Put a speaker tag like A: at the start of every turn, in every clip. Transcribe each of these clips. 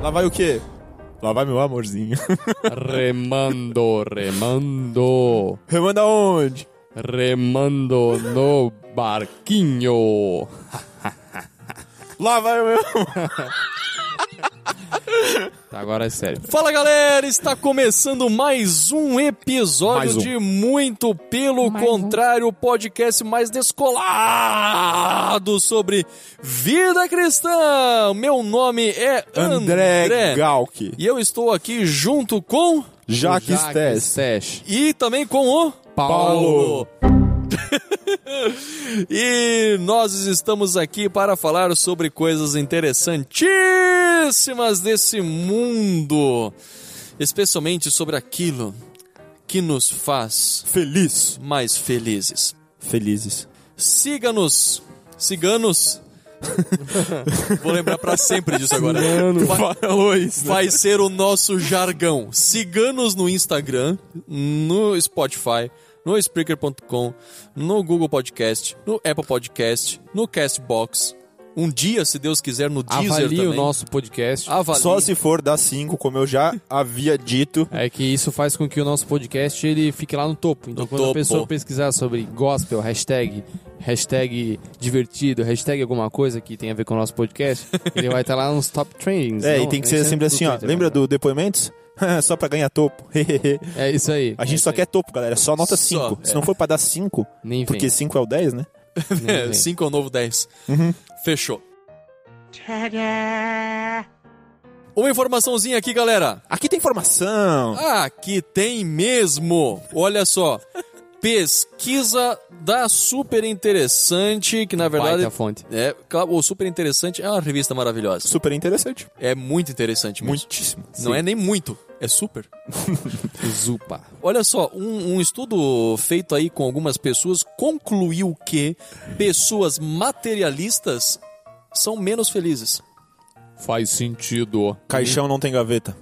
A: Lá vai o quê? Lá vai meu amorzinho.
B: Remando, remando.
A: Remanda onde?
B: Remando no barquinho.
A: Lá vai o meu.
B: Tá, agora é sério.
C: Fala galera, está começando mais um episódio
A: Mais um.
C: de Muito Pelo Contrário, o podcast mais descolado sobre vida cristã. Meu nome é
A: André,
C: André,
A: Galk.
C: e eu estou aqui junto com
A: Jaques
B: Jacques
A: Tess.
B: Tess.
C: e também com o
B: Paulo.
C: E nós estamos aqui para falar sobre coisas interessantíssimas desse mundo, especialmente sobre aquilo que nos faz
A: Feliz.
C: mais felizes.
A: Felizes.
C: Siga-nos, ciganos. Vou lembrar para sempre disso agora. Vai,
A: Falou isso.
C: vai ser o nosso jargão. Siga-nos no Instagram, no Spotify, no Spreaker.com, no Google Podcast, no Apple Podcast, no Castbox. Um dia, se Deus quiser, no Deezer
B: Avalie
C: também.
B: o nosso podcast.
C: Avalie.
A: Só se for das 5, como eu já havia dito.
B: É que isso faz com que o nosso podcast ele fique lá no topo. Então
C: No
B: quando
C: topo.
B: a pessoa pesquisar sobre gospel, hashtag, hashtag divertido, hashtag alguma coisa que tem a ver com o nosso podcast, ele vai estar lá nos top trendings.
A: É,
B: não?
A: e tem que
B: Nem
A: ser sempre assim,
B: do
A: ó.
B: Twitter,
A: Lembra
B: né?
A: do depoimentos? só pra ganhar topo.
B: É isso aí.
A: A gente
B: É
A: só
B: isso
A: quer topo, galera. Só nota
C: Só,
A: 5. Se
C: é.
A: não for pra dar 5,
B: aí. Nem vem.
A: porque 5 é o 10, né?
B: nem vem.
C: 5 é o novo 10.
B: Uhum.
C: Fechou. Uma informaçãozinha aqui, galera.
A: Aqui tem
C: Ah.
A: informação.
C: Aqui tem mesmo. Olha só. Pesquisa da Super Interessante, que na verdade
B: Baita fonte.
C: é, claro, o Super Interessante é uma revista maravilhosa.
A: Super interessante.
C: É muito interessante mesmo.
A: Muitíssimo.
C: Não é nem muito, é super.
B: Zupa.
C: Olha só, um, um estudo feito aí com algumas pessoas concluiu que pessoas materialistas são menos felizes.
B: Faz sentido.
A: Caixão não tem gaveta.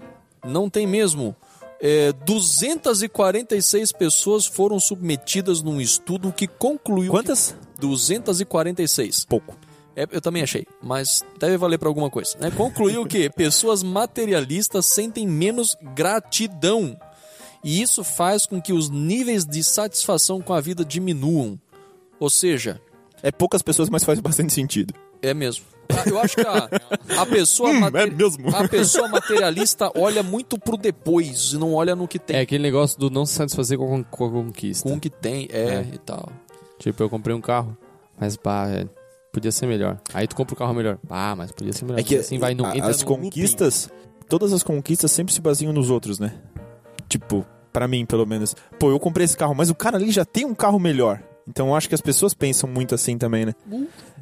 C: Não tem mesmo. É, 246 pessoas foram submetidas num estudo que concluiu.
A: Quantas?
C: Que 246.
A: Pouco.
C: É, eu também achei, mas deve valer pra alguma coisa. Né? Concluiu que pessoas materialistas sentem menos gratidão. E isso faz com que os níveis de satisfação com a vida diminuam. Ou seja,
A: É poucas pessoas, mas faz bastante sentido.
C: é mesmo. Ah, Eu acho que a, a pessoa mate-
A: é mesmo.
C: a pessoa materialista olha muito pro depois e não olha no que tem.
B: É aquele negócio do não se satisfazer com a con- com a conquista. né,
C: com o que tem, é, e tal.
B: Tipo, eu comprei um carro, mas pá, é, podia ser melhor. Aí tu compra um carro melhor. Ah, mas podia ser melhor.
C: É
B: assim vai no,
A: É a-
B: entra
A: as
B: no
A: conquistas, todas as conquistas sempre se baseiam nos outros, né? Tipo, pra mim pelo menos. Pô, eu comprei esse carro, mas o cara ali já tem um carro melhor. Então eu acho que as pessoas pensam muito assim também, né?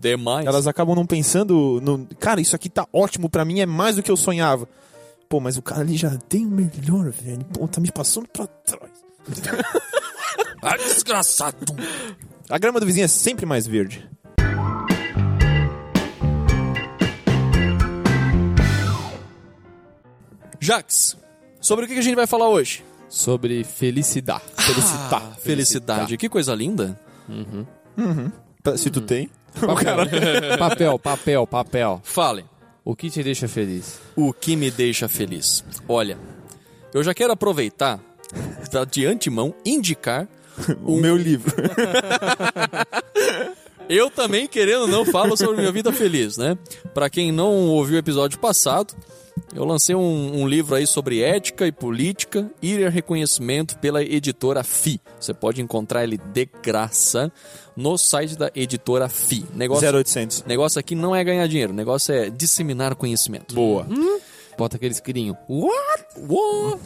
C: Demais.
A: Elas acabam não pensando no, cara, isso aqui tá ótimo pra mim, é mais do que eu sonhava. Pô, mas o cara ali já tem o melhor, velho. Pô, tá me passando pra trás.
C: Ah, desgraçado.
A: A grama do vizinho é sempre mais verde.
C: Jax, sobre o que a gente vai falar hoje?
B: looping. Sobre felicidade.
C: Felicitar. Ah, felicidade. Que coisa linda.
A: Pra- Tá, Se
B: Uhum.
A: tu tem.
B: Papel, papel, papel, papel.
C: Fale,
B: O que te deixa feliz?
C: o que me deixa feliz? Olha, eu já quero aproveitar, tá, de antemão, indicar.
A: O
B: Um
A: meu livro.
C: Eu também, querendo ou não, falo sobre minha vida feliz, né? Pra quem não ouviu o episódio passado, eu lancei um, um livro aí sobre ética e política, ir a reconhecimento pela editora FI. Você pode encontrar ele de graça no site da editora FI. Negócio
A: 0800.
C: Negócio aqui não é ganhar dinheiro, o negócio é disseminar conhecimento.
A: Boa.
B: Bota aquele esquirinho. What?
C: Uou!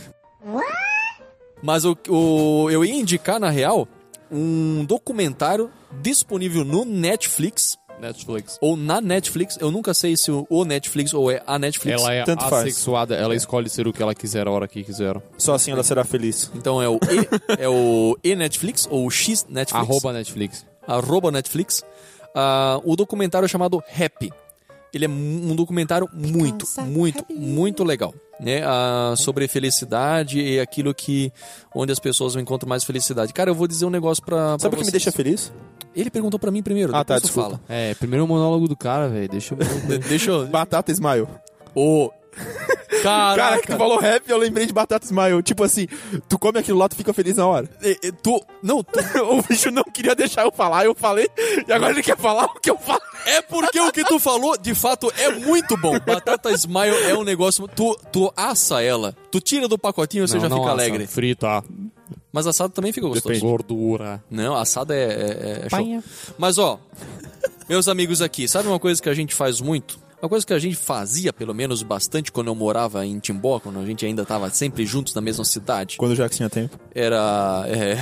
C: Mas o, o- eu ia indicar, na real, um documentário disponível no Netflix,
B: Netflix.
C: ou na Netflix, eu nunca sei se o o Netflix ou é a Netflix. É.
B: Ela é
A: Tanto faz.
B: assexuada, ela escolhe ser o que ela quiser a hora que quiser.
A: Só assim ela será feliz.
C: Então é o E, é o E Netflix ou o X Netflix.
B: Arroba Netflix.
C: arroba Netflix, ah, o documentário chamado Happy. Ele é mu- um documentário muito, muito, muito legal. Né? Ah, sobre felicidade e aquilo que. onde as pessoas encontram mais felicidade. Cara, eu vou dizer um negócio pra. pra
A: Sabe o que me
C: vocês.
A: deixa feliz?
C: Ele perguntou pra mim primeiro.
A: Ah, tá,
C: depois tu
A: desculpa.
B: É, primeiro o monólogo do cara, velho. Deixa eu.
C: Fala. De- Deixa eu.
A: Batata Ismael.
C: Ô,
A: Cara,
C: Caraca.
A: que tu falou rap, eu lembrei de Batata Smile. Tipo assim, tu come aquilo lá, tu fica feliz na hora.
C: E- e tu, não, tu-
A: o bicho não queria deixar eu falar, eu falei, e agora ele quer falar o que eu falo.
C: é porque o que tu falou, de fato, é muito bom. Batata Smile é um negócio. Tu, tu assa ela, tu tira do pacotinho e você já fica alegre.
B: Frita,
C: Mas assado também fica gostoso.
B: gordura.
C: Não, assada é, é, é show.
B: Painha.
C: Mas ó, meus amigos aqui, sabe uma coisa que a gente faz muito? Uma coisa que a gente fazia, pelo menos, bastante quando eu morava em Timbó, quando a gente ainda estava sempre juntos na mesma cidade,
A: Quando o Jax tinha tempo.
C: era. é,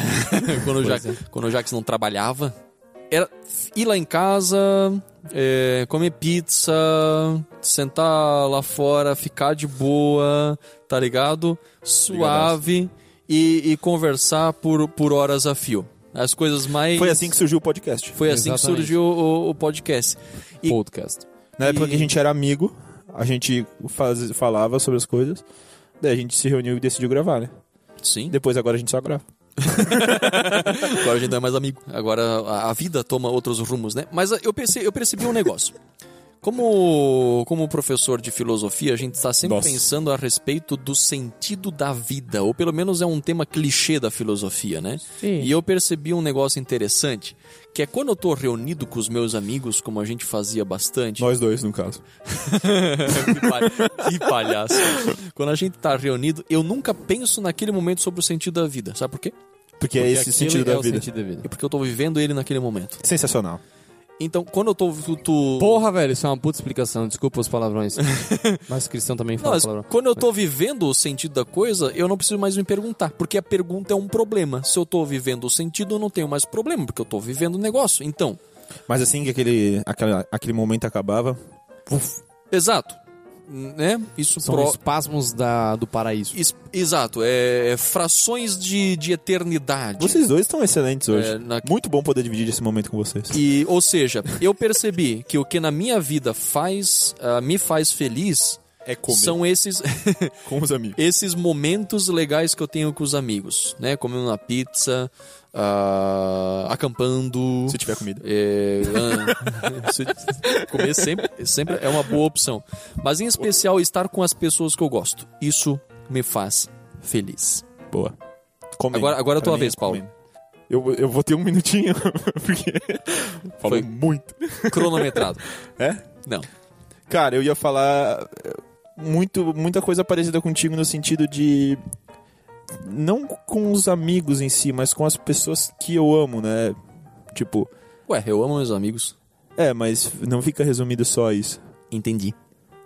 C: quando, o Jax,
A: é.
C: quando o Jax não trabalhava, era ir lá em casa, é, comer pizza, sentar lá fora, ficar de boa, tá ligado? Suave e, e conversar por, por horas a fio. As coisas mais.
A: Foi assim que surgiu o podcast.
C: Foi assim que
B: Exatamente.
C: surgiu o, o podcast. E-
B: Podcast.
A: Na época
C: E-
A: que a gente era amigo, a gente faz- falava sobre as coisas. Daí a gente se reuniu e decidiu gravar, né?
C: Sim,
A: Depois agora a gente só grava.
C: agora a gente não é mais amigo. Agora a, a vida toma outros rumos, né? Mas eu, perce, eu percebi um negócio. Como, como professor de filosofia, a gente está sempre
A: Nossa.
C: pensando a respeito do sentido da vida, ou pelo menos é um tema clichê da filosofia, né?
B: Sim.
C: E eu percebi um negócio interessante, que é quando eu tô reunido com os meus amigos, como a gente fazia bastante,
A: Nós dois, no caso.
C: que, palha- que palhaço. Quando a gente tá reunido, eu nunca penso naquele momento sobre o sentido da vida. Sabe por quê?
A: Porque é esse sentido da vida.
B: sentido da vida.
C: É porque eu tô vivendo ele naquele momento.
A: Sensacional.
C: Então, quando eu tô. Tu, tu-
B: Porra, velho, isso é uma puta explicação. Desculpa os palavrões. Mas o cristão também
C: Não,
B: fala
C: mas
B: palavrão.
C: quando eu tô vivendo o sentido da coisa, eu não preciso mais me perguntar. Porque a pergunta é um problema. Se eu tô vivendo o sentido, eu não tenho mais problema, porque eu tô vivendo o negócio. Então,
A: Mas assim que aquele, aquela, aquele momento acabava,
C: exato. Né? Isso
B: São
C: pro-
B: espasmos da, do paraíso.
C: es- Exato. É, é frações de, de eternidade.
A: vocês dois estão excelentes hoje.
C: É, na-
A: Muito bom poder dividir esse momento com vocês.
C: E, ou seja, eu percebi que o que na minha vida faz, ah, me faz feliz
A: É
C: são esses.
A: com os amigos.
C: esses momentos legais que eu tenho com os amigos, né? Comendo uma pizza, ah, acampando.
A: Se tiver comida.
C: é, ah, se- comer sempre, sempre é uma boa opção. Mas em especial estar com as pessoas que eu gosto. Isso me faz feliz.
A: Boa. Comendo.
C: Agora- agora é
A: Pra
C: tua
A: mim
C: vez, Paulo.
A: comendo. Eu, eu vou ter um minutinho, porque falei
C: Foi.
A: muito.
C: Cronometrado.
A: É?
C: Não.
A: Cara, eu ia falar eh, muito, muita coisa parecida contigo no sentido de. Não com os amigos em si, mas com as pessoas que eu amo, né? Tipo,
C: Ué, eu amo meus amigos.
A: é, mas não fica resumido só a isso,
C: Entendi.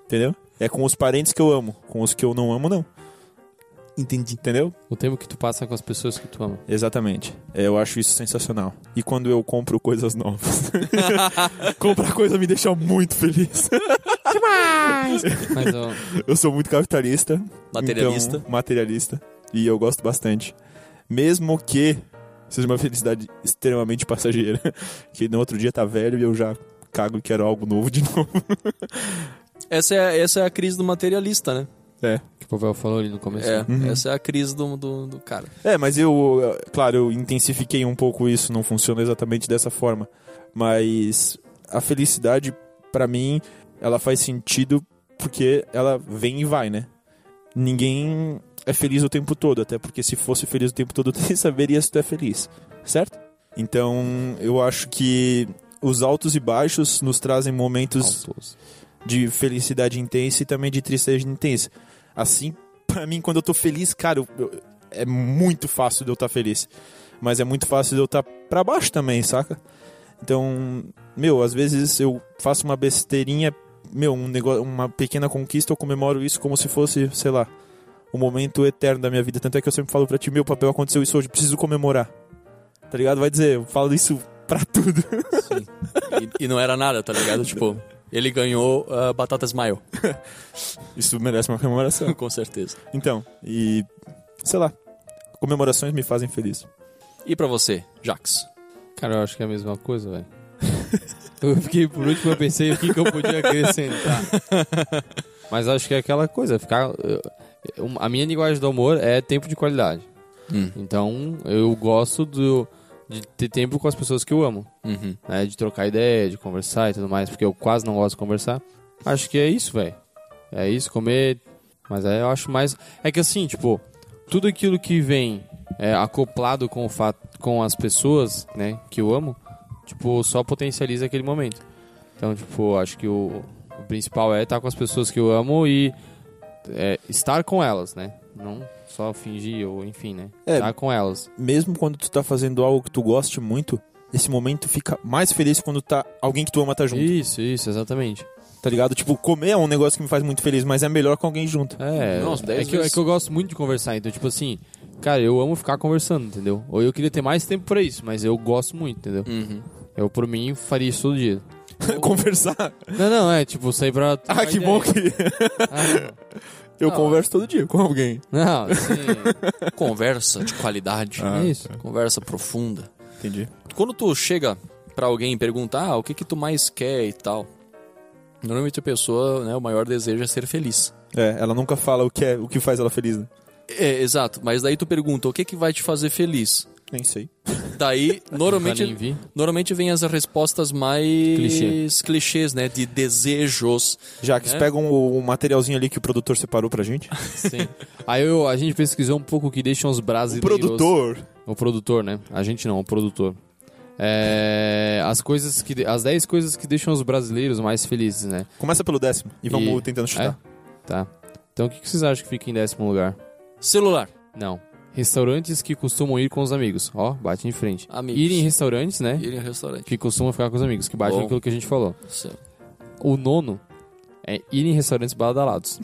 A: entendeu? É com os parentes que eu amo, com os que eu não amo, não,
C: Entendi.
A: entendeu?
B: O tempo que tu passa com as pessoas que tu ama.
A: Exatamente. É, eu acho isso sensacional. E quando eu compro coisas novas. Comprar coisa me deixa muito feliz.
B: Mas ó,
A: Eu sou muito capitalista.
C: Materialista.
A: então, materialista. E eu gosto bastante. Mesmo que seja uma felicidade extremamente passageira. Que no outro dia tá velho e eu já cago e quero algo novo de novo.
C: Essa é, essa é a crise do materialista, né?
A: É.
B: que o Pavel falou ali no começo.
C: É,
B: né?
A: Uhum.
C: essa é a crise do, do, do cara.
A: É, mas eu, eh, claro, eu intensifiquei um pouco isso, não funciona exatamente dessa forma. Mas a felicidade, pra mim, ela faz sentido porque ela vem e vai, né? Ninguém é feliz o tempo todo, até porque se fosse feliz o tempo todo, tu nem saberia se tu é feliz, certo? Então, eu acho que os altos e baixos nos trazem momentos
B: Altos.
A: de felicidade intensa e também de tristeza intensa. Assim, pra mim, quando eu tô feliz, cara, eu- eu- é muito fácil de eu estar feliz. Mas é muito fácil de eu estar pra baixo também, saca? Então, meu, às vezes eu faço uma besteirinha, meu, um negócio, uma pequena conquista, eu comemoro isso como se fosse, sei lá, o momento eterno da minha vida. Tanto é que eu sempre falo pra ti, meu papel aconteceu isso hoje, preciso comemorar. Tá ligado? Vai dizer, eu falo isso pra tudo.
C: E, e não era nada, tá ligado? Tipo, ele ganhou ah, Batata Smile,
A: Isso merece uma comemoração.
C: com certeza.
A: Então, e sei lá, comemorações me fazem feliz.
C: E pra você, Jax?
B: Cara, eu acho que é a mesma coisa, velho. Eu fiquei por último, eu pensei o que, que eu podia acrescentar. Mas acho que é aquela coisa, ficar. eu- eu- a minha linguagem do amor é tempo de qualidade.
C: Hum.
B: Então eu gosto do, de ter tempo com as pessoas que eu amo.
C: Uhum,
B: né, De trocar ideia, de conversar e tudo mais, porque eu quase não gosto de conversar. Acho que é isso, velho. É isso, comer Mas aí eu acho mais. É que assim, tipo, tudo aquilo que vem é, acoplado com, o fato, com as pessoas, né, que eu amo, tipo, só potencializa aquele momento. Então, tipo, acho que o, o principal é estar com as pessoas que eu amo e é, estar com elas, né? Não só fingir ou enfim, né?
A: É.
B: Estar com elas.
A: Mesmo quando tu tá fazendo algo que tu goste muito, esse momento fica mais feliz quando tá alguém que tu ama tá junto,
B: Isso, isso, exatamente.
A: tá ligado? Tipo, comer é um negócio que me faz muito feliz, mas é melhor com alguém junto.
B: É,
C: Não, uns dez
B: é, que, eu-
C: vezes.
B: é que eu gosto muito de conversar, então, tipo assim, cara, eu amo ficar conversando, entendeu? Ou eu queria ter mais tempo pra isso, mas eu gosto muito, entendeu?
C: Uhum.
B: Eu, por mim, faria isso todo dia.
A: Conversar.
B: Não, não, é tipo, sair pra.
A: Ah, que bom que
B: Ah,
A: eu
B: é. Não,
A: converso todo dia com alguém.
B: não, sim.
C: Conversa de qualidade.
A: Ah.
B: é isso.
C: Conversa profunda.
A: Entendi.
C: Quando tu chega pra alguém e pergunta, ah, o que que tu mais quer e tal, normalmente a pessoa, né, o maior desejo é ser feliz.
A: É, ela nunca fala o que é, o que faz ela feliz, né?
C: É, exato. Mas daí tu pergunta, o que que vai te fazer feliz?
A: Nem sei.
C: Daí,
B: Já nem
C: normalmente,
B: vi.
C: normalmente vem as respostas mais
B: Clichê.
C: clichês, né, de desejos.
A: Já que
C: É.
A: pegam o, o materialzinho ali que o produtor separou pra gente.
B: Sim. Aí eu, a gente pesquisou um pouco o que deixam os
A: O
B: brasileiros.
A: produtor.
B: O produtor, né? A gente não, o produtor. É, as coisas que. de- As 10 coisas que deixam os brasileiros mais felizes, né?
A: Começa pelo décimo e vamos
B: E-
A: tentando chutar.
B: É? Tá. Então o que que vocês acham que fica em décimo lugar?
C: Celular.
B: Não. Restaurantes que costumam ir com os amigos. Ó, bate em frente.
C: Amigos.
B: Ir em restaurantes, né?
C: Ir em restaurante.
B: Que costumam ficar com os amigos, que bate
C: Bom.
B: naquilo que a gente falou.
C: Certo.
B: O nono é ir em restaurantes badalados.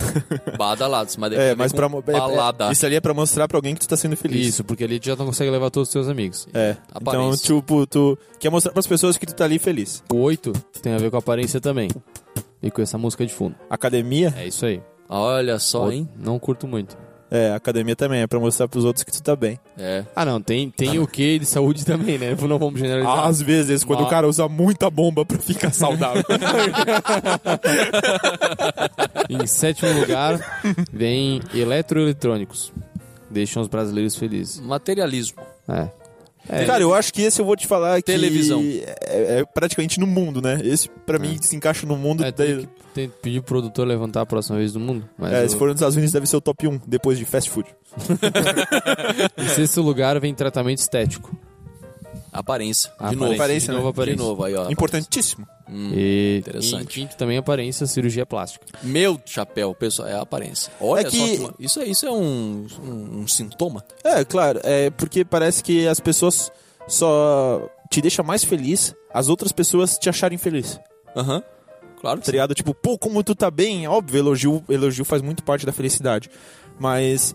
C: Badalados. Mas
A: É, mas pra. mo- é- é-
C: Balada.
A: isso ali é pra mostrar pra alguém que tu tá sendo feliz.
B: Isso, porque ali tu já não consegue levar todos os teus amigos.
A: É. Então,
C: Aparência.
A: tipo, tu quer mostrar pras pessoas que tu tá ali feliz.
B: O oito tem a ver com a aparência também. E com essa música de fundo.
A: Academia.
B: É isso aí.
C: Olha só,
B: O-
C: hein?
B: Não curto muito.
A: É, academia também. É pra mostrar pros outros que tu tá bem.
C: É.
B: Ah, não, tem, tem o que de saúde também, né? Não vamos generalizar.
A: Às vezes, quando
B: Mas-
A: o cara usa muita bomba pra ficar saudável.
B: Em sétimo lugar, vem eletroeletrônicos. Deixam os brasileiros felizes.
C: Materialismo.
B: É.
A: Cara, eu acho que esse eu vou te falar que.
C: Televisão.
A: É, é praticamente no mundo, né? Esse, pra mim, se encaixa no mundo. da-
B: É, tem, que, tem que pedir o produtor levantar a próxima vez do mundo. Mas
A: É,
B: o-
A: se for nos Estados Unidos, deve ser o top 1, depois de fast food.
B: Em sexto lugar vem tratamento estético.
C: Aparência. De
B: Aparência,
C: novo.
A: Aparência,
B: de novo,
A: né?
B: aparência.
C: De novo aí,
B: Ah,
C: ó.
A: Importantíssimo.
B: tá.
C: Hum.
B: E,
C: Interessante.
B: e em quinto também aparência, cirurgia plástica.
C: Meu chapéu, pessoal, é a aparência. Olha
A: É que-
C: só, que- isso é, isso é um, um, um sintoma.
A: É, claro, é porque parece que as pessoas só te deixam mais feliz as outras pessoas te acharem feliz.
C: Aham. Claro que
A: Tá
C: sim.
A: ligado? Tipo, pô, como tu tá bem, óbvio, elogio, elogio faz muito parte da felicidade. Mas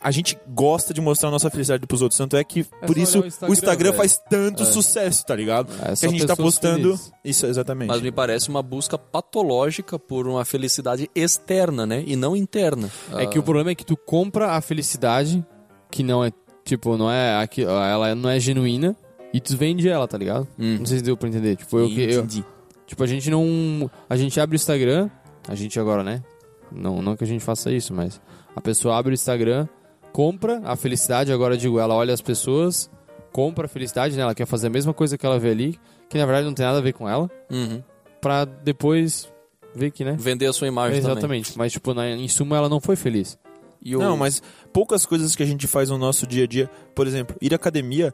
A: a gente gosta de mostrar a nossa felicidade pros outros. Tanto é que, por
B: só
A: isso,
B: olhar o
A: o Instagram,
B: Instagram, velho.
A: faz tanto sucesso, tá ligado?
B: É,
A: que
B: só
A: a gente tá
B: pessoas
A: postando.
B: felizes.
A: Isso, exatamente.
C: Mas me parece uma busca patológica por uma felicidade externa, né? E não interna. Ah,
B: É que o problema é que tu compra a felicidade, que não é, tipo, não é aqui, ela não é genuína, e tu vende ela, tá ligado?
C: Hum.
B: Não sei se deu pra entender. Tipo, eu, que- eu,
C: Entendi.
B: tipo, a gente não. A gente abre o Instagram, a gente agora, né? Não, não que a gente faça isso, mas a pessoa abre o Instagram, compra a felicidade, agora eu digo, ela olha as pessoas, compra a felicidade, né? Ela quer fazer a mesma coisa que ela vê ali, que na verdade não tem nada a ver com ela,
C: Uhum.
B: pra depois ver que, né?
C: Vender a sua imagem também.
B: Exatamente, mas tipo, na, em suma ela não foi feliz.
C: E o-
A: Não, mas poucas coisas que a gente faz no nosso dia a dia. Por exemplo, ir à academia.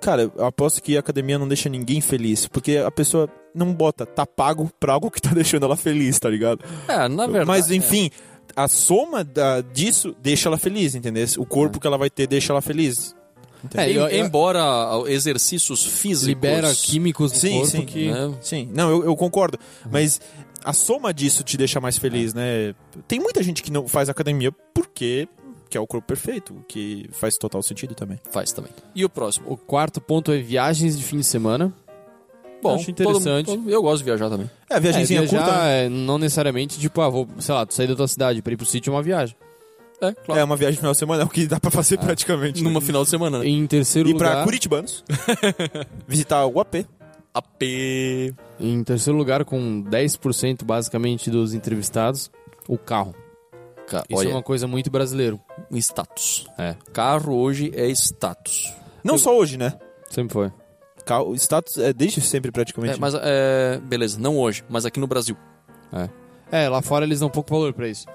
A: Cara, eu aposto que a academia não deixa ninguém feliz. Porque a pessoa não bota, tá pago pra algo que tá deixando ela feliz, tá ligado?
C: É, na verdade.
A: Mas enfim, a soma da- disso deixa ela feliz, entendeu? O corpo que ela vai ter deixa ela feliz.
B: É,
C: em-
B: eu- eu-
C: embora exercícios físicos.
B: libera químicos no
A: Sim,
B: corpo
A: sim.
B: que
C: né?
A: Sim, não, eu, eu concordo. Mas a soma disso te deixa mais feliz, né? Tem muita gente que não faz academia porque quer o corpo perfeito, o que faz total sentido também.
C: Faz também. E o próximo?
B: o quarto ponto é viagens de fim de semana.
C: Bom,
B: acho
C: todo mundo-
B: interessante.
C: todo- eu gosto de viajar também.
A: É, a viagemzinha
B: é,
A: curta. né?
B: viajar, é, não necessariamente tipo, ah, vou, sei lá, tu sair da tua cidade pra ir pro sítio é uma viagem.
C: É, claro.
A: É uma viagem de final de semana, é o que dá pra fazer praticamente. né?
C: Numa final de semana, né?
B: Em terceiro
A: Ir pra
B: lugar,
A: Curitibanos, visitar o AP.
C: AP.
B: em terceiro lugar com 10% basicamente dos entrevistados, o carro.
C: Ca-
B: Isso
C: olha, um
B: é uma coisa muito brasileiro.
C: status.
B: É,
C: Carro hoje é status.
A: Não só hoje, né?
B: sempre foi.
A: Ca- O status é desde sempre praticamente.
C: É, mas, é, beleza, não hoje, mas aqui no Brasil.
B: É. É, lá fora eles dão pouco valor pra isso.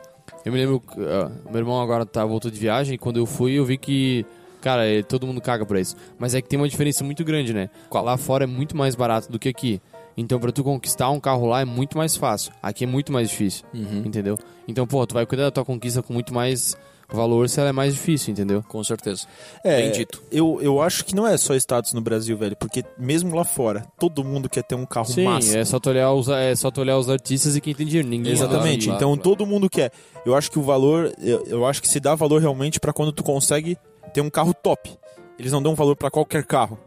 B: Eu me lembro, que, ah, meu irmão agora tá, voltou de viagem, e quando eu fui eu vi que, cara, eh, todo mundo caga pra isso. Mas é que tem uma diferença muito grande, né? Lá fora é muito mais barato do que aqui. Então pra tu conquistar um carro lá é muito mais fácil. Aqui é muito mais difícil, entendeu? Então, pô, tu vai cuidar da tua conquista com muito mais valor se ela é mais difícil, entendeu?
C: Com certeza.
A: É,
C: Bem dito.
A: Eu, eu acho que não é só status no Brasil, velho, porque mesmo lá fora, todo mundo quer ter um carro
B: Sim,
A: massa.
B: é só tu olhar os é só tu olhar os artistas e quem tem dinheiro, ninguém.
A: Exatamente.
C: Claro,
A: então
C: claro.
A: todo mundo quer. Eu acho que o valor, eu, eu acho que se dá valor realmente pra quando tu consegue ter um carro top. Eles não dão valor pra qualquer carro.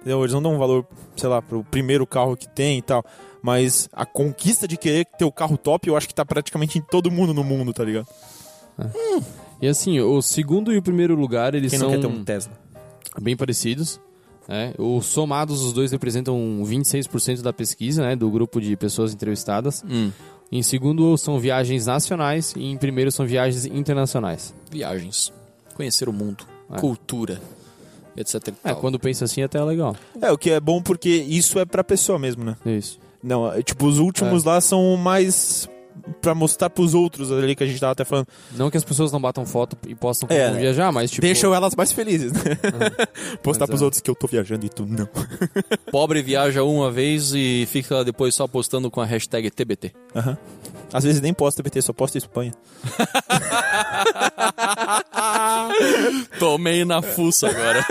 A: Entendeu? Eles não dão valor, sei lá, pro primeiro carro que tem e tal. Mas a conquista de querer ter o carro top, eu acho que tá praticamente em todo mundo no mundo, tá ligado?
B: E assim, o segundo e o primeiro lugar, eles
A: Quem
B: são
A: não quer ter um Tesla?
B: bem parecidos. Né? Os somados, os dois representam 26% da pesquisa, né? Do grupo de pessoas entrevistadas.
C: Hum.
B: Em segundo, são viagens nacionais. E em primeiro, são viagens internacionais.
C: Viagens. Conhecer o mundo.
B: É.
C: Cultura. Etc. e
B: É,
C: tal.
B: quando pensa assim, até é legal.
A: É, o que é bom porque isso é pra pessoa mesmo, né?
B: É isso.
A: Não, é, tipo, os últimos lá são mais pra mostrar pros outros ali que a gente tava até falando.
B: Não que as pessoas não batam foto e possam
A: É,
B: como viajar, mas tipo...
A: Deixam elas mais felizes, né? Postar
B: Mas,
A: pros
B: é.
A: outros que eu tô viajando e tu não.
C: Pobre viaja uma vez e fica depois só postando com a hashtag TBT.
A: Aham. Às vezes nem posta BT, só posta Espanha.
C: Tomei na fuça agora.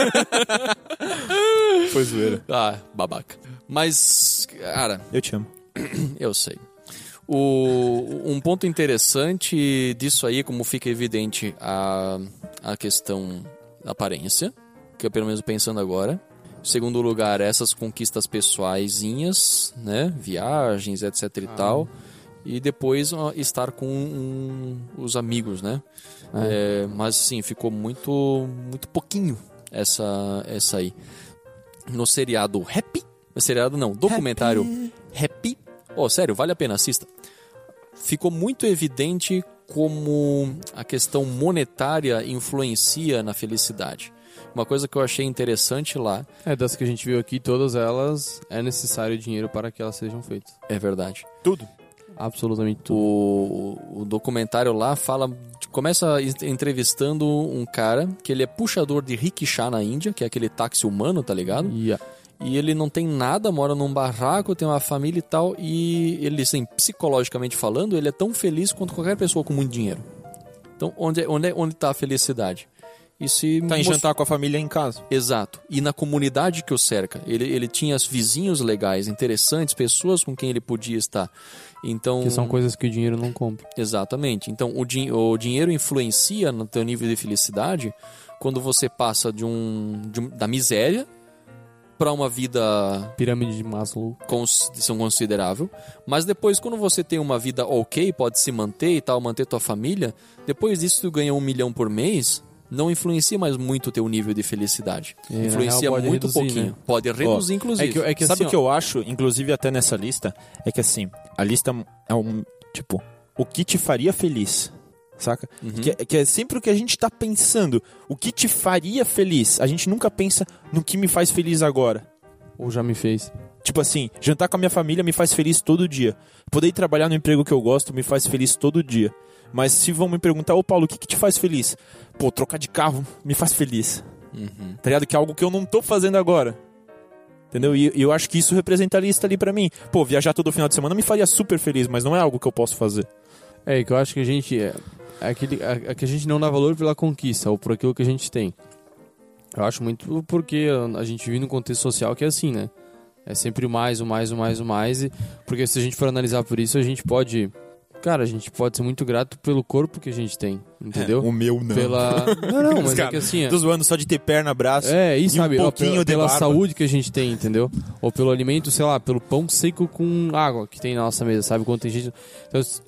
A: Foi zoeira.
C: ah, babaca. Mas, cara,
A: Eu te amo.
C: Eu sei. O- um ponto interessante disso aí, como fica evidente a, a questão da aparência, que eu pelo menos pensando agora. Segundo lugar, essas conquistas pessoaisinhas, né? Viagens, etc e tal. E depois ó, estar com um- os amigos, né? É, mas assim, ficou muito muito pouquinho essa, essa aí. No seriado Happy, seriado não, documentário Happy. Oh, sério, vale a pena, assista. Ficou muito evidente como a questão monetária influencia na felicidade. Uma coisa que eu achei interessante lá,
B: É, das que a gente viu aqui, todas elas, é necessário dinheiro para que elas sejam feitas.
C: é verdade.
A: Tudo.
B: Absolutamente tudo.
C: O, o documentário lá fala, começa en- entrevistando um cara que ele é puxador de rickshaw na Índia, que é aquele táxi humano, tá ligado?
B: Yeah.
C: e ele não tem nada, mora num barraco, tem uma família e tal, e ele, assim, psicologicamente falando, ele é tão feliz quanto qualquer pessoa com muito dinheiro. Então, onde é, onde é, onde tá a felicidade? E se
A: Tá em
C: mos-
A: jantar com a família em casa.
C: Exato. E na comunidade que o cerca. Ele, ele tinha vizinhos legais, interessantes, pessoas com quem ele podia estar. Então,
B: Que são coisas que o dinheiro não compra.
C: Exatamente. Então, o, din- o dinheiro influencia no teu nível de felicidade quando você passa de um, de um- da miséria para uma vida
B: Pirâmide de Maslow.
C: cons- são considerável, mas depois quando você tem uma vida ok, pode se manter e tal, manter tua família, depois disso tu ganha um milhão por mês, não influencia mais muito o teu nível de felicidade.
B: E, É, na
C: influencia
B: real, pode
C: muito
B: reduzir,
C: pouquinho.
B: né?
C: Pode reduzir, inclusive.
B: é que, eu- é que
A: Sabe
B: assim,
A: o que eu acho, inclusive até nessa lista, é que assim, a lista é um, tipo, o que te faria feliz, saca?
C: Uhum.
B: Hum?
A: Que, é- que é sempre o que a gente tá pensando, o que te faria feliz. A gente nunca pensa no que me faz feliz agora.
B: Ou já me fez.
A: Tipo assim, jantar com a minha família me faz feliz todo dia. Poder ir trabalhar no emprego que eu gosto me faz feliz todo dia. Mas se vão me perguntar, ô Paulo, o que, que te faz feliz? Pô, trocar de carro me faz feliz.
C: Uhum.
A: Tá ligado? Que é algo que eu não tô fazendo agora. Entendeu? E e eu acho que isso representa a lista ali pra mim. Pô, viajar todo final de semana me faria super feliz, mas não é algo que eu posso fazer.
B: É, que eu acho que a gente. É, é aquele, é, é que a gente não dá valor pela conquista ou por aquilo que a gente tem. Eu acho muito porque a gente vive num contexto social que é assim, né? É sempre o mais, o mais, o mais, o mais. E, porque se a gente for analisar por isso, a gente pode. Cara, a gente pode ser muito grato pelo corpo que a gente tem, entendeu?
A: O meu não.
B: Pela. É. Não, não, mas é
A: Cara,
B: que assim. é-
A: Tô zoando só de ter perna, braço.
B: É,
A: E um
B: isso, sabe? Ó,
A: pouquinho
B: pela,
A: de
B: pela
A: barba.
B: saúde que a gente tem, entendeu? Ou pelo alimento, sei lá, pelo pão seco com água que tem na nossa mesa, sabe? Quando tem gente. Então, s-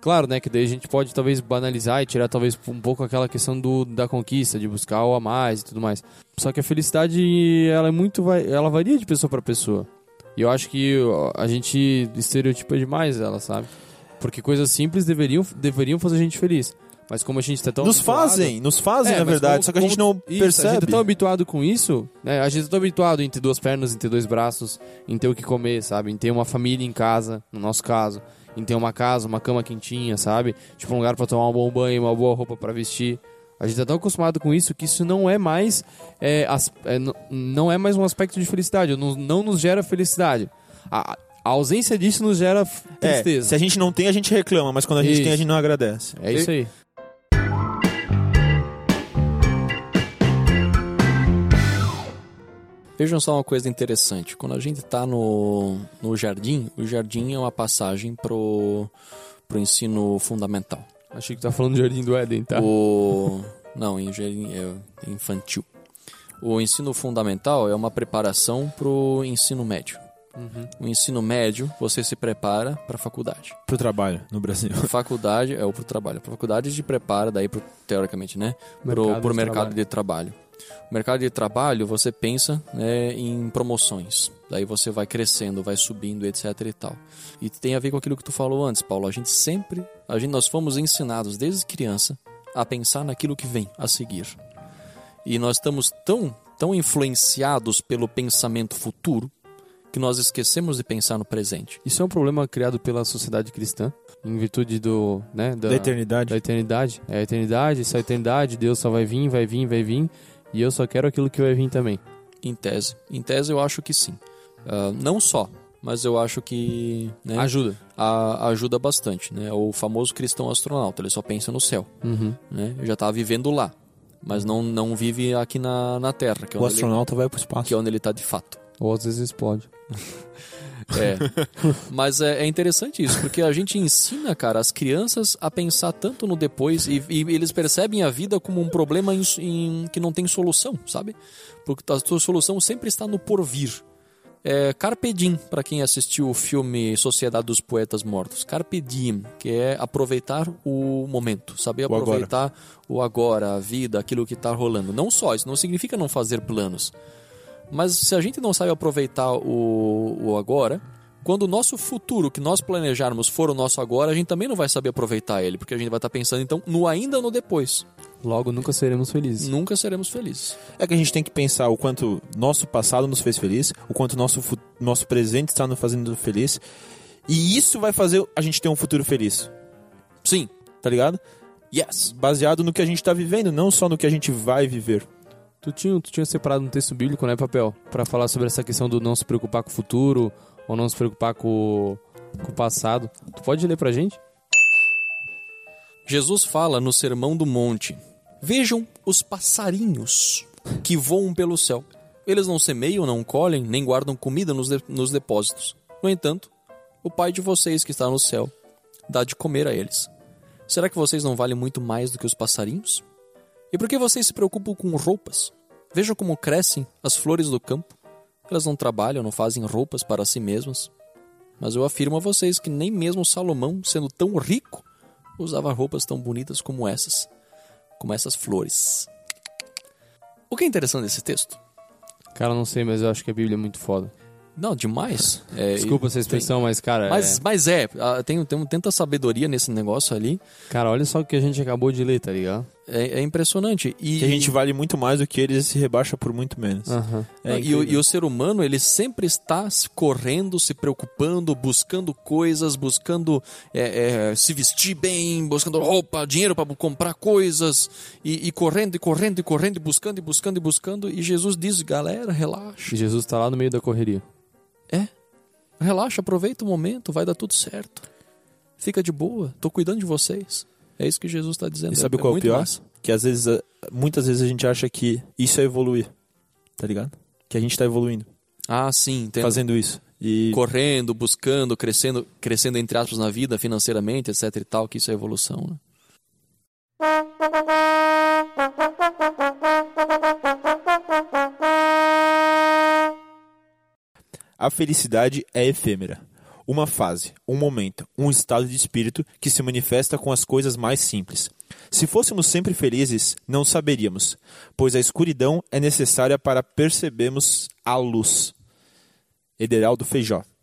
B: claro, né? Que daí a gente pode talvez banalizar e tirar talvez um pouco aquela questão do, da conquista, de buscar o a mais e tudo mais. Só que a felicidade, ela é muito. vai- Ela varia de pessoa pra pessoa. E eu acho que ó, a gente estereotipa demais ela, sabe? Porque coisas simples deveriam, deveriam fazer a gente feliz. Mas como a gente tá tão.
A: Nos
B: habituado-
A: fazem, nos fazem,
B: É,
A: na
B: mas
A: verdade.
B: como-
A: só que a gente não
B: como- Isso,
A: percebe.
B: A gente tá tão habituado com isso, né? A gente tá tão habituado em ter duas pernas, em ter dois braços, em ter o que comer, sabe? Em ter uma família em casa, no nosso caso. em ter uma casa, uma cama quentinha, sabe? Tipo, um lugar pra tomar um bom banho, uma boa roupa pra vestir. A gente tá tão acostumado com isso que isso não é mais é, as- é, n- não é mais um aspecto de felicidade, ou não, não nos gera felicidade. A, a ausência disso nos gera f-
A: É,
B: tristeza.
A: se a gente não tem, a gente reclama, mas quando a gente
B: Isso.
A: tem, a gente não agradece.
B: É isso aí.
C: Vejam só uma coisa interessante. Quando a gente está no, no jardim, o jardim é uma passagem pro, pro ensino fundamental.
B: Achei que tu tá falando do Jardim do Éden, tá?
C: O... Não, em jardim é infantil. O ensino fundamental é uma preparação pro ensino médio.
B: Uhum.
C: O ensino médio, você se prepara para a faculdade.
A: Pro trabalho no Brasil.
C: A faculdade é o pro trabalho. A faculdade te prepara daí pro, teoricamente, né?
B: Mercado
C: Pro, pro
B: de
C: mercado
B: trabalho.
C: de trabalho. O mercado de trabalho, você pensa né, em promoções. Daí você vai crescendo, vai subindo, etc e tal. E tem a ver com aquilo que tu falou antes, Paulo. A gente sempre, a gente, nós fomos ensinados desde criança a pensar naquilo que vem a seguir. E nós estamos tão, tão influenciados pelo pensamento futuro que nós esquecemos de pensar no presente.
B: Isso é um problema criado pela sociedade cristã, em virtude do, né, da,
A: Da eternidade.
B: da eternidade. É a eternidade, isso é a eternidade, Deus só vai vir, vai vir, vai vir, e eu só quero aquilo que vai vir também.
C: Em tese. Em tese, eu acho que sim. Ah, não só, mas eu acho que né,
B: Ajuda.
C: a- ajuda bastante. Né? O famoso cristão astronauta, ele só pensa no céu.
B: Uhum.
C: Né? Ele Já está vivendo lá, mas não, não vive aqui na, na Terra, que é,
A: O
C: onde ele,
A: astronauta vai pro
C: que é
A: espaço.
C: onde ele está de fato.
B: Ou às vezes explode.
C: É. Mas é, é interessante isso, porque a gente ensina, cara, as crianças a pensar tanto no depois e, e eles percebem a vida como um problema em- em- que não tem solução, sabe? Porque a sua solução sempre está no porvir. É, Carpe Diem, para quem assistiu o filme Sociedade dos Poetas Mortos. Carpe Diem, que é aproveitar o momento, saber
A: agora.
C: aproveitar o agora, a vida, aquilo que tá rolando. Não só, isso não significa não fazer planos. Mas se a gente não sabe aproveitar o, o agora, quando o nosso futuro que nós planejarmos for o nosso agora, a gente também não vai saber aproveitar ele, porque a gente vai estar pensando então no ainda no depois.
B: Logo, nunca seremos felizes.
C: Nunca seremos felizes.
A: É que a gente tem que pensar o quanto nosso passado nos fez feliz, o quanto nosso, fu- nosso presente está nos fazendo feliz. E isso vai fazer a gente ter um futuro feliz,
C: Sim.
A: tá ligado?
C: Yes.
A: Baseado no que a gente tá vivendo, não só no que a gente vai viver.
B: Tu tinha, tu tinha separado um texto bíblico, né, papel? Pra falar sobre essa questão do não se preocupar com o futuro, ou não se preocupar com, o- com o passado. Tu pode ler pra gente?
C: Jesus fala no Sermão do Monte: Vejam os passarinhos que voam pelo céu. Eles não semeiam, não colhem, nem guardam comida nos, de- nos depósitos. No entanto, o Pai de vocês que está no céu dá de comer a eles. Será que vocês não valem muito mais do que os passarinhos? E por que vocês se preocupam com roupas? Vejam como crescem as flores do campo. Elas não trabalham, não fazem roupas para si mesmas. Mas eu afirmo a vocês que nem mesmo Salomão, sendo tão rico, usava roupas tão bonitas como essas, como essas flores. O que é interessante desse texto?
B: Cara, não sei, mas eu acho que a Bíblia é muito foda.
C: Não, demais. É,
B: Desculpa essa expressão, mas, cara.
C: Mas
B: é-
C: é, mas é ah, tem, tem tanta sabedoria nesse negócio ali.
B: Cara, olha só o que a gente acabou de ler, tá ligado?
C: É, é impressionante. E, Ah.
A: Que a gente vale muito mais do que eles e se rebaixa por muito menos.
B: Aham.
A: É
C: e, o,
A: incrível.
C: e o ser humano, ele sempre está se correndo, se preocupando, buscando coisas, buscando é, é, se vestir bem, buscando roupa, dinheiro para comprar coisas, e, e correndo, e correndo, e correndo, e buscando, e buscando, e buscando. E Jesus diz, galera, relaxa.
B: E Jesus tá lá no meio da correria.
C: É. Relaxa, aproveita o momento, vai dar tudo certo. Fica de boa, tô cuidando de vocês. É isso que Jesus está dizendo.
A: E sabe
C: é,
A: qual é o
C: muito
A: pior?
C: massa.
A: Que às vezes, eh, muitas vezes a gente acha que isso é evoluir, tá ligado? Que a gente tá evoluindo,
C: Ah, sim, entendo.
A: fazendo isso. E
C: Correndo, buscando, crescendo, crescendo entre aspas na vida, financeiramente, etc e tal, que isso é evolução, né?
A: A felicidade é efêmera. Uma fase, um momento, um estado de espírito que se manifesta com as coisas mais simples. Se fôssemos sempre felizes, não saberíamos, pois a escuridão é necessária para percebermos a luz. Ederaldo Feijó.